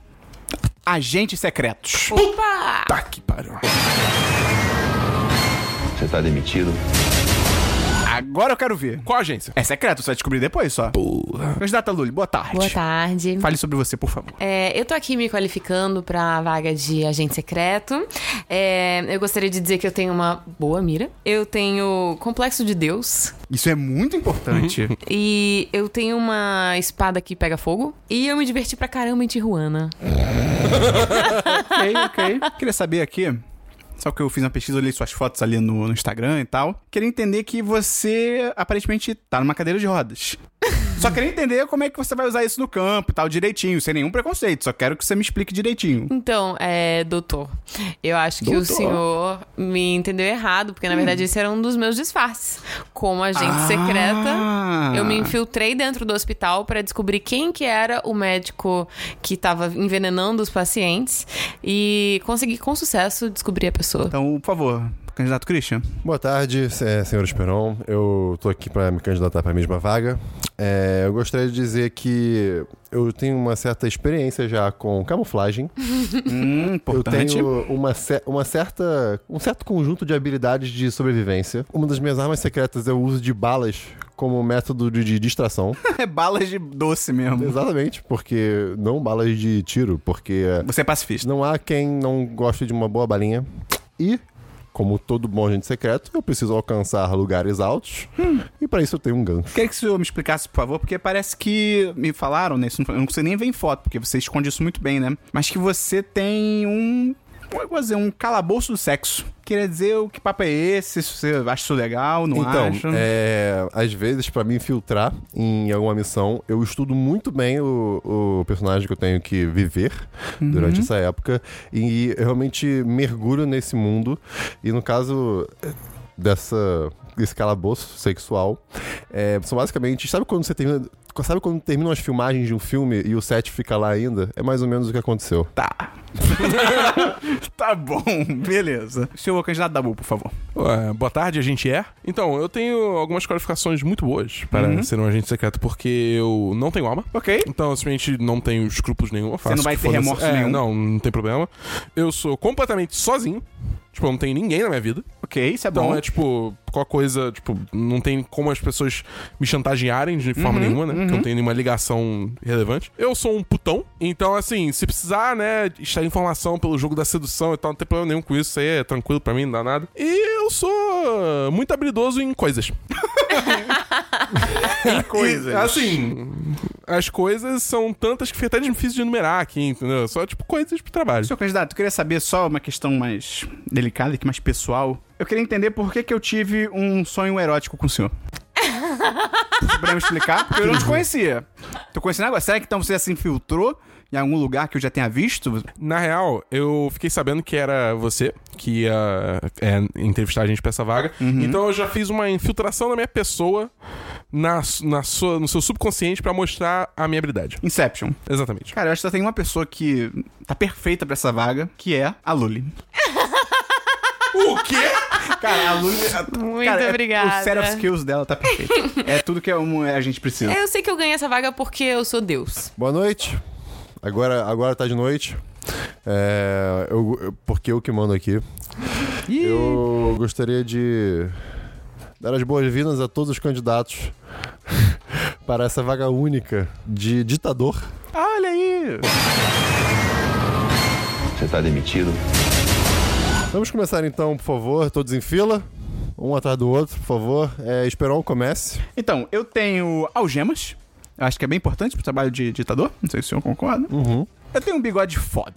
agentes secretos. Opa! Tá que pariu. Você tá demitido. Agora eu quero ver. Qual agência? É secreto, você vai descobrir depois só. Candidata Lully, boa tarde. Boa tarde. Fale sobre você, por favor. É, eu tô aqui me qualificando pra vaga de agente secreto. É, eu gostaria de dizer que eu tenho uma boa mira. Eu tenho complexo de Deus. Isso é muito importante. E eu tenho uma espada que pega fogo. E eu me diverti pra caramba em Tijuana. ok, ok. Queria saber aqui, só que eu fiz uma pesquisa, olhei suas fotos ali no, no Instagram e tal. Queria entender que você aparentemente tá numa cadeira de rodas. Só queria entender como é que você vai usar isso no campo e tal, direitinho, sem nenhum preconceito. Só quero que você me explique direitinho. Então, é, doutor, eu acho que o Doutor. senhor me entendeu errado, porque na verdade esse era um dos meus disfarces. Como agente Ah. secreta, eu me infiltrei dentro do hospital pra descobrir quem que era o médico que tava envenenando os pacientes e consegui com sucesso descobrir a pessoa. Então, por favor, candidato Christian. Boa tarde, é, senhor Esperon. Eu tô aqui para me candidatar para a mesma vaga. É, eu gostaria de dizer que eu tenho uma certa experiência já com camuflagem. Hum, importante. Eu tenho uma, ce- uma certa, um certo conjunto de habilidades de sobrevivência. Uma das minhas armas secretas é o uso de balas como método de, de distração. É balas de doce mesmo. Exatamente, porque não balas de tiro, porque é, Você é pacifista. não há quem não goste de uma boa balinha. E, como todo bom agente secreto, eu preciso alcançar lugares altos. E para isso eu tenho um gancho. Queria que o senhor me explicasse, por favor, porque parece que me falaram, né? isso não- Eu não sei nem ver em foto, porque você esconde isso muito bem, né? Mas que você tem um. Como é que eu vou dizer? Um calabouço do sexo. Queria dizer o que papo é esse, se você acha isso legal, não Então, acha. é, às vezes, pra me infiltrar em alguma missão, eu estudo muito bem o, o personagem que eu tenho que viver Uhum. durante essa época. E eu realmente mergulho nesse mundo. E no caso é, dessa, desse calabouço sexual, é, são basicamente. Sabe quando você termina. Sabe quando terminam as filmagens de um filme e o set fica lá ainda? É mais ou menos o que aconteceu. Tá. tá bom, beleza. Senhor candidato Dabu, por favor. Ué, boa tarde, a gente é. Então, eu tenho algumas qualificações muito boas para ser um agente secreto, porque eu não tenho alma. Ok. Então, eu simplesmente não tenho escrúpulos nenhum. Eu faço não vai que ter foda-se. remorso É, nenhum. Não, não tem problema. Eu sou completamente sozinho. Tipo, eu não tenho ninguém na minha vida. Ok, isso é Então bom. é tipo, qualquer coisa, tipo, não tem como as pessoas me chantagearem de forma Uhum, nenhuma, né? Porque eu não tenho nenhuma ligação relevante. Eu sou um putão, então assim, se precisar, né, extrair informação pelo jogo da sedução e tal, não tem problema nenhum com isso, isso aí é tranquilo pra mim, não dá nada. E eu sou muito habilidoso em coisas. Tem E, assim, as coisas são tantas que fica até difícil de enumerar aqui, entendeu? Só, tipo, coisas pro trabalho. Senhor candidato, eu queria saber só uma questão mais delicada aqui, mais pessoal. Eu queria entender por que, que eu tive um sonho erótico com o senhor. Você poderia me explicar? Porque eu não te conhecia. Tô conhecendo agora. Será que então você se infiltrou em algum lugar que eu já tenha visto? Na real, eu fiquei sabendo que era você que ia é, entrevistar a gente pra essa vaga. Então eu já fiz uma infiltração da minha pessoa na, su- na sua, no seu subconsciente pra mostrar a minha habilidade. Inception. Exatamente. Cara, eu acho que só tem uma pessoa que tá perfeita pra essa vaga, que é a Lully. O quê? Cara, a Luz. a- Muito cara, é- obrigada. o set of skills dela tá perfeito. É tudo que a um- a gente precisa. Eu sei que eu ganhei essa vaga porque eu sou Deus. Boa noite. Agora, agora tá de noite. É, eu- eu- porque eu que mando aqui. Eu gostaria de dar as boas-vindas a todos os candidatos para essa vaga única de ditador. Olha aí! Você tá demitido. Vamos começar então, por favor, todos em fila. Um atrás do outro, por favor. É, Esperon, comece. Então, eu tenho algemas. Eu acho que é bem importante pro trabalho de ditador. Não sei se o senhor concorda. Uhum. Eu tenho um bigode foda,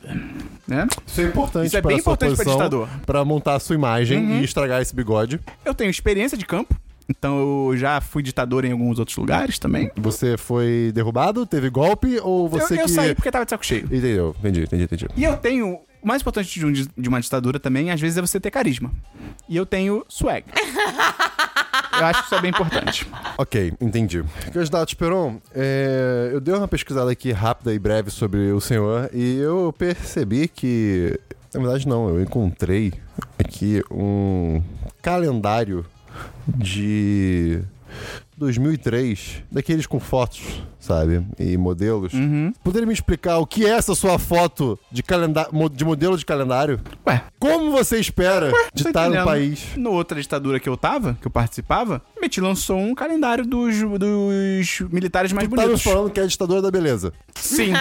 né? Isso é importante Isso é para bem a sua importante pra posição, ditador. pra Uhum. montar a sua imagem e estragar esse bigode. Eu tenho experiência de campo. Então, eu já fui ditador em alguns outros lugares também. Você foi derrubado, teve golpe ou você eu eu que... saí porque tava de saco cheio. Entendeu, entendi, entendi, entendi. E eu tenho. O mais importante de, um- de uma ditadura também, às vezes, é você ter carisma. E eu tenho swag. eu acho que isso é bem importante. Ok, entendi. Candidato Peron, é, eu dei uma pesquisada aqui rápida e breve sobre o senhor e eu percebi que. Na verdade, não, eu encontrei aqui um calendário de 2003, daqueles com fotos, sabe? E modelos. Uhum. Poderia me explicar o que é essa sua foto de, calenda- mo- de modelo de calendário? Ué, Como você espera de tô estar no entendendo. país? No outra ditadura que eu tava, que eu participava, Meti lançou um calendário dos, dos militares mais Tá nos bonitos. falando que é a ditadura da beleza. Sim.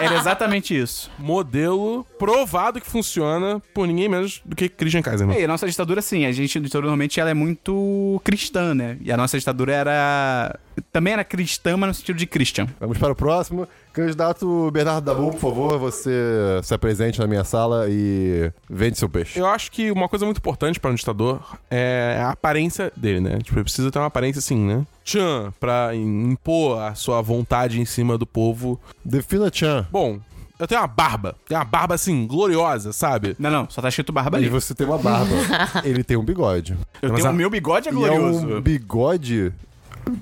Era exatamente isso. Modelo provado que funciona por ninguém menos do que Christian Kaiser. mano. E a nossa ditadura, sim, a gente, a ditadura normalmente ela é muito cristã, né? E a nossa ditadura era. Também era cristã, mas no sentido de Christian. Vamos para o próximo. Candidato Bernardo Dabu, por favor, você se apresente na minha sala e vende seu peixe. Eu acho que uma coisa muito importante para um ditador é a aparência dele, né? Tipo, ele precisa ter uma aparência assim, né? Tchan, pra impor a sua vontade em cima do povo. Defina Chan. Bom, eu tenho uma barba. Tenho uma barba, assim, gloriosa, sabe? Não, não, só tá escrito barba E ali. você tem uma barba. Ele tem um bigode. Eu Mas tenho, a- o meu bigode é E é glorioso. um bigode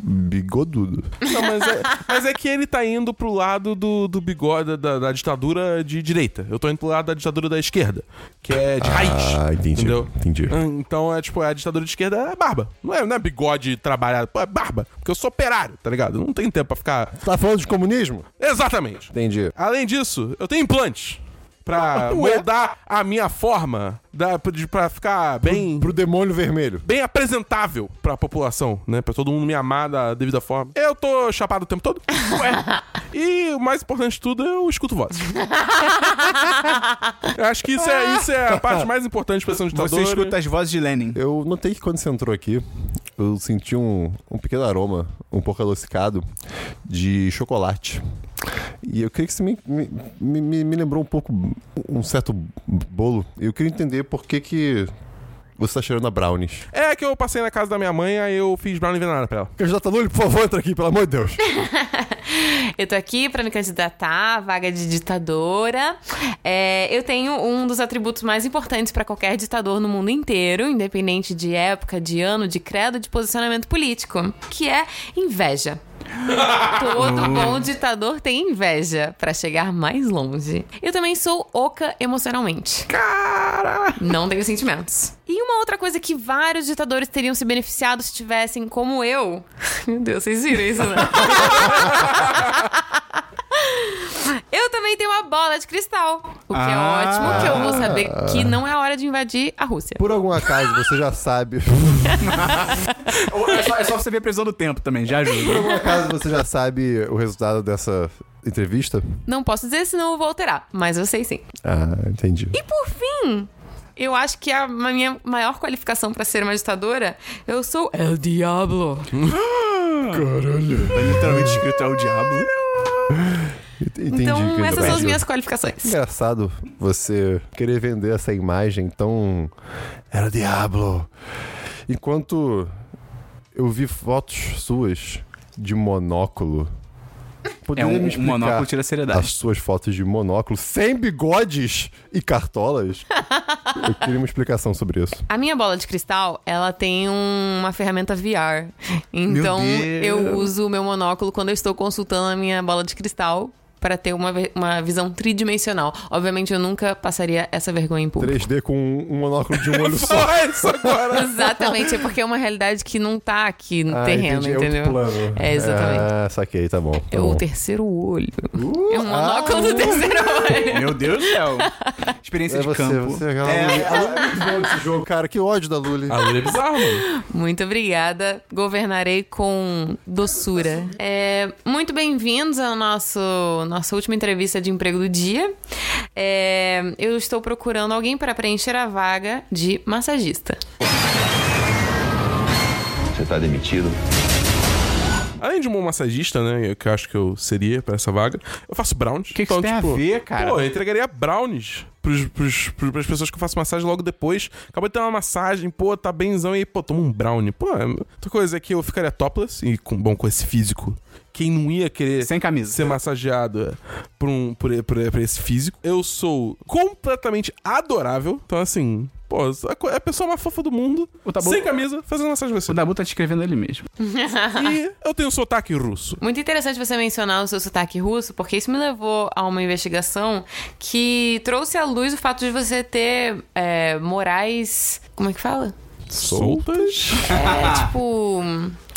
bigodudo. Não, mas, é, mas é que ele tá indo pro lado do, do bigode da, da ditadura de direita. Eu tô indo pro lado da ditadura da esquerda, que é de raiz. Ah, entendi, Entendeu? entendi. Ah, Então é tipo, a ditadura de esquerda é barba. Não é, não é bigode trabalhado, pô, é barba. Porque eu sou operário, tá ligado? Não tem tempo pra ficar. Tá falando de comunismo? Exatamente. Entendi. Além disso, eu tenho implantes. Pra Ué? moldar a minha forma da, de- pra ficar bem. Pro demônio vermelho. Bem apresentável pra população, né? Pra todo mundo me amar da devida forma. Eu tô chapado o tempo todo. Ué. E o mais importante de tudo, eu escuto vozes. eu acho que isso é, isso é a parte mais importante pra ser um ditador. Você escuta as vozes de Lenin. Eu notei que quando você entrou aqui, eu senti um, um pequeno aroma, um pouco adocicado, de chocolate. E eu creio que isso me, me, me, me lembrou um pouco um certo bolo. E eu queria entender por que que você tá cheirando a brownies. É que eu passei na casa da minha mãe, aí eu fiz brownie envenenado pra ela. Candidata Lully, por favor, entra aqui, pelo amor de Deus. Eu tô aqui pra me candidatar à vaga de ditadora. É, eu tenho um dos atributos mais importantes pra qualquer ditador no mundo inteiro, independente de época, de ano, de credo, de posicionamento político, que é inveja. Todo bom ditador tem inveja pra chegar mais longe. Eu também sou oca emocionalmente. Não tenho sentimentos. E uma outra coisa que vários ditadores teriam se beneficiado se tivessem, como eu. Meu Deus, vocês viram isso, né? Eu também tenho uma bola de cristal. O que Ah. é ótimo, que eu vou saber que não é hora de invadir a Rússia. Por algum acaso, você já sabe. Ou É só, é só você ver a previsão do tempo também, já Por ajuda. algum acaso, você já sabe o resultado dessa entrevista? Não posso dizer, senão eu vou alterar. Mas vocês sim. Ah, entendi. E por fim, eu acho que a ma- minha maior qualificação pra ser uma ditadora, eu sou El Diablo. Tá literalmente escrito é o diabo. Entendi. Então, querido. essas são as Entendi. minhas qualificações. Engraçado você querer vender essa imagem tão. Era o Diablo. Enquanto eu vi fotos suas de monóculo. É Poderia É um, me um explicar monóculo tira a seriedade. as suas fotos de monóculo sem bigodes e cartolas? eu queria uma explicação sobre isso. A minha bola de cristal, ela tem um- uma ferramenta VR. Então, Deus. eu uso o meu monóculo quando eu estou consultando a minha bola de cristal para ter uma, ve- uma visão tridimensional. Obviamente, eu nunca passaria essa vergonha em público. 3D com um um monóculo de um olho só. Só isso agora. Exatamente, é porque é uma realidade que não tá aqui no Ah, terreno, entendi, é outro entendeu? plano. É, exatamente. Ah, saquei, tá bom. tá É o bom. terceiro olho. Uh, é um monóculo ah, do terceiro olho. Meu Deus do céu. Experiência É de você, campo. você. Ela, É. ela, ela, esse jogo, cara, que ódio da Lully. A Lula é bizarro, mano. Muito obrigada. Governarei com doçura. É, muito bem-vindos à nosso, nossa última entrevista de emprego do dia. É, eu estou procurando alguém para preencher a vaga de massagista. Você está tá demitido. Além de um bom massagista, né? Que eu acho que eu seria pra essa vaga, eu faço brownies. O que isso tem a ver, cara? Pô, eu entregaria brownies pros, pros, pros, pras pessoas que eu faço massagem logo depois. Acabou de ter uma massagem, pô, tá benzão e aí, pô, toma um brownie. Pô, é- outra coisa é que eu ficaria topless e com, bom, com esse físico. Quem não ia querer Sem camisa. ser massageado é, por, um, por, por- por esse físico. Eu sou completamente adorável. Então, assim, pô, a, co- a pessoa mais fofa do mundo, O Tabu- sem camisa, fazendo massagem O você. Dabu tá descrevendo ele mesmo. E eu tenho sotaque russo. Muito interessante você mencionar o seu sotaque russo, porque isso me levou a uma investigação que trouxe à luz o fato de você ter é, morais. Como é que fala? Soltas? É, tipo.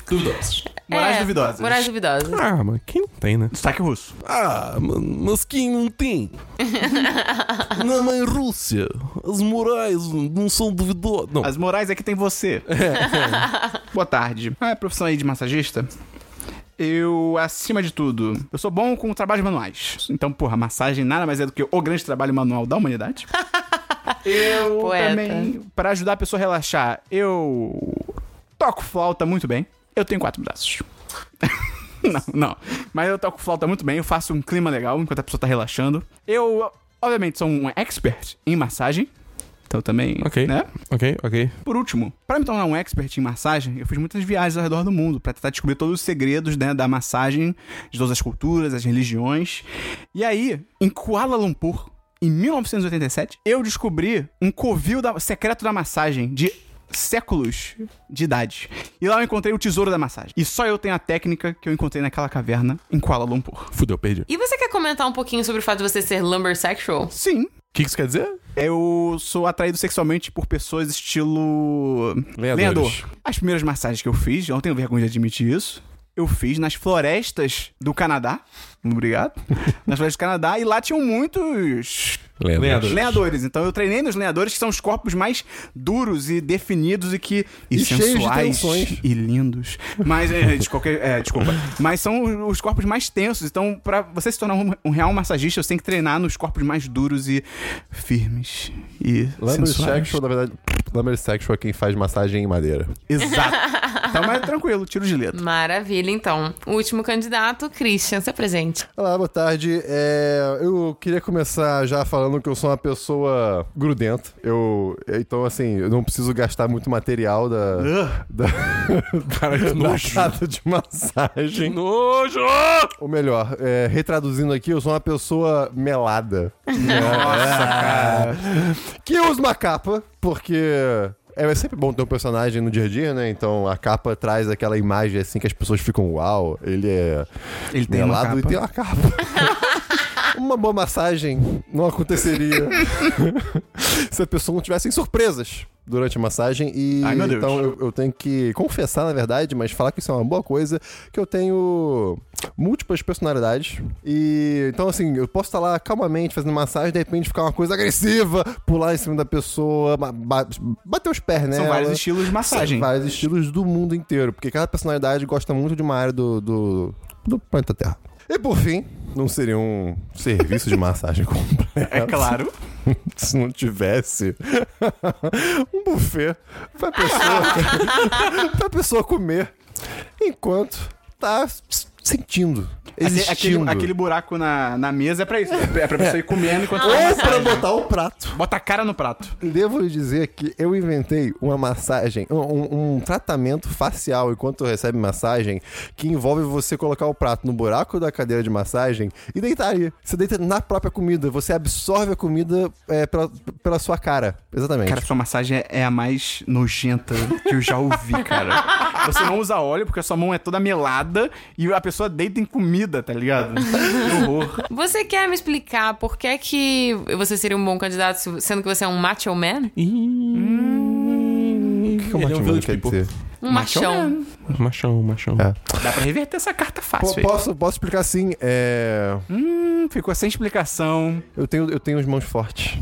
Duvidosas. Morais é, duvidosas. Morais duvidosas. Ah, mas quem não tem, né? Destaque russo. Ah, mano, mas quem não tem? Na mãe Rússia, as morais não são duvidosas. Não. As morais aqui tem você. Boa tarde. Ah, é profissão aí de massagista? Eu, acima de tudo, eu sou bom com trabalhos manuais. Então, porra, massagem nada mais é do que o grande trabalho manual da humanidade. eu Poeta. também, pra ajudar a pessoa a relaxar, eu toco flauta muito bem. Eu tenho quatro braços. Não, não. Mas eu toco flauta muito bem, eu faço um clima legal enquanto a pessoa tá relaxando. Eu, obviamente, sou um expert em massagem. Então também, Ok. né? Ok, ok. Por último, pra me tornar um expert em massagem, eu fiz muitas viagens ao redor do mundo pra tentar descobrir todos os segredos né, da massagem, de todas as culturas, as religiões. E aí, em Kuala Lumpur, em 1987, eu descobri um covil da- secreto da massagem de séculos de idade. E lá eu encontrei o tesouro da massagem. E só eu tenho a técnica que eu encontrei naquela caverna em Kuala Lumpur. Fudeu, perdi. O E você quer comentar um pouquinho sobre o fato de você ser lumbersexual? Sim, que que isso quer dizer? eu sou atraído sexualmente por pessoas estilo. Lenhador. Lenhadores. As primeiras massagens que eu fiz, eu não tenho vergonha de admitir isso. Eu fiz nas florestas do Canadá. Obrigado. Nas florestas do Canadá. E lá tinham muitos Lenhadores. lenhadores. Então eu treinei nos lenhadores, que são os corpos mais duros e definidos e que. E, E cheios de sensuais. tensões. e lindos. Mas, é, de qualquer. é, desculpa. Mas são os- os corpos mais tensos. Então, pra você se tornar um, um real massagista, você tem que treinar nos corpos mais duros e firmes. E. Lumber sensuais. Sexual, na verdade, Lumber Sexual é quem faz massagem em madeira. Exato. Então, mas tranquilo, tiro de letra. Maravilha, então. O último candidato, Christian, se apresente. Olá, boa tarde. É, eu queria começar já falando que eu sou uma pessoa grudenta. Eu, então, assim, eu não preciso gastar muito material da, da, Cara, que da nojo. casa de massagem. Nojo! Ou melhor, é, retraduzindo aqui, eu sou uma pessoa melada. Nossa, cara. Que usa uma capa, porque. É sempre bom ter um personagem no dia a dia, né? Então a capa traz aquela imagem assim que as pessoas ficam, uau, ele é Ele tem uma melado e capa. tem uma capa. uma boa massagem não aconteceria se a pessoa não tivesse surpresas durante a massagem. E Ai, meu Deus. então eu, eu tenho que confessar, na verdade, mas falar que isso é uma boa coisa, que eu tenho múltiplas personalidades. E então, assim, eu posso estar lá calmamente fazendo massagem, de repente ficar uma coisa agressiva, pular em cima da pessoa, ba- ba- bater os pés nela. São vários estilos de massagem. São vários estilos do mundo inteiro, porque cada personalidade gosta muito de uma área do, do, do planeta Terra. E por fim, não seria um serviço de massagem completo É claro. se não tivesse um buffet pra pessoa, pra pessoa comer enquanto tá s- sentindo, Aquele, existindo. aquele- aquele buraco na, na mesa é pra isso. É pra- é pra pessoa ir comendo enquanto Ou ela pra botar o prato. Bota a cara no prato. Devo lhe dizer que eu inventei uma massagem, um- um, um tratamento facial enquanto recebe massagem, que envolve você colocar o prato no buraco da cadeira de massagem e deitar ali. Você deita na própria comida, você absorve a comida é, pela, pela sua cara. Exatamente. Cara, sua massagem é a mais nojenta que eu já ouvi, cara. Você não usa óleo porque a sua mão é toda melada e a pessoa deita em comida, tá ligado? Que horror. Você quer me explicar por que, é que você seria um bom candidato se- sendo que você é um macho man? O que, que o Ele é um Macho Man village quer people. dizer? Um machão. Machão, machão. É. Dá pra reverter essa carta Po- fácil. aí. posso, posso explicar assim? É... Hum, ficou sem explicação. Eu, tenho, eu tenho as mãos fortes.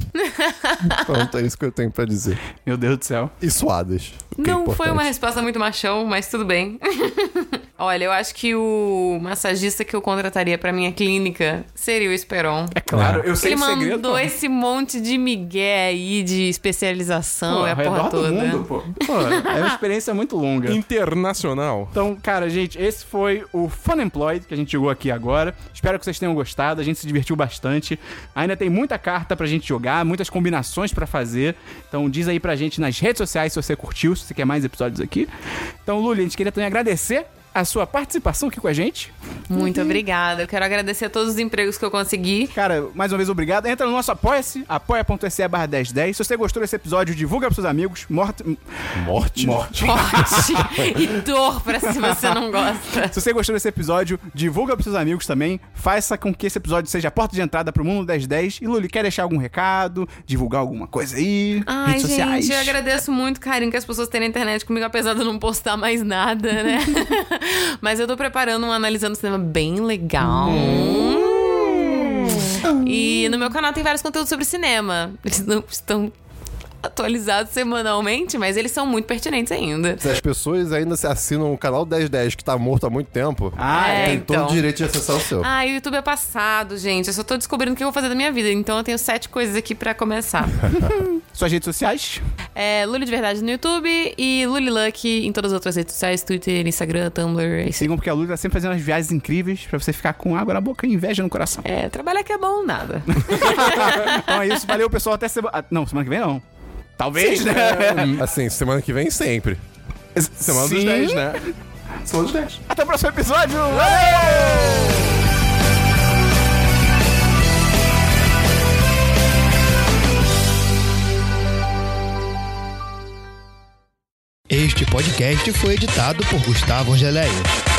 Pronto, é isso que eu tenho pra dizer. Meu Deus do céu. E suadas. o que é Não foi importante. uma resposta muito machão, mas tudo bem. Olha, eu acho que o massagista que eu contrataria pra minha clínica seria o Esperon. É claro, eu sei Ele o segredo. mandou pô. esse monte de migué aí, de especialização, Pô, é a ao porra redor toda. do mundo, pô. Pô, é uma experiência muito longa. Internacional. Então, cara, gente, esse foi o Fun Employed que a gente jogou aqui agora. Espero que vocês tenham gostado. A gente se divertiu bastante. Ainda tem muita carta pra gente jogar, muitas combinações pra fazer. Então, diz aí pra gente nas redes sociais se você curtiu, se você quer mais episódios aqui. Então, Luli, a gente queria também agradecer a sua participação aqui com a gente. Muito Uhum. obrigada. Eu quero agradecer a todos os empregos que eu consegui. Cara, mais uma vez, obrigado. Entra no nosso apoia-se, apoia.se barra 1010. Se você gostou desse episódio, divulga pros seus amigos. Morte... Morte? Morte. Forte e dor pra se você não gosta. Se você gostou desse episódio, divulga pros seus amigos também. Faça com que esse episódio seja a porta de entrada pro mundo 1010. E Luli, quer deixar algum recado? Divulgar alguma coisa aí? Ai, gente, eu agradeço muito o carinho que as pessoas têm na internet comigo, apesar de eu não postar mais nada, né? Mas eu tô preparando um analisando cinema bem legal. E no meu canal tem vários conteúdos sobre cinema. Eles não estão atualizados semanalmente, mas eles são muito pertinentes ainda. Se as pessoas ainda se assinam o canal 1010 que tá morto há muito tempo, Ah, É, tem todo então. o direito de acessar o seu. Ah, e o YouTube é passado, gente. Eu só tô descobrindo o que eu vou fazer da minha vida. Então eu tenho sete coisas aqui pra começar. Suas redes sociais? É Lully de Verdade no YouTube e Lully Luck em todas as outras redes sociais, Twitter, Instagram, Tumblr, é isso. aí. Sigam porque a Luli tá sempre fazendo umas viagens incríveis pra você ficar com água na boca e inveja no coração. É, trabalhar que é bom nada. então é isso. Valeu, pessoal. Até semana... ah, Não, semana que vem não. Talvez, né? Assim, semana que vem sempre. Hum. Semana dos Sim. 10, né? Semana dos 10. Até o próximo episódio. Valeu! Este podcast foi editado por Gustavo Angeléia.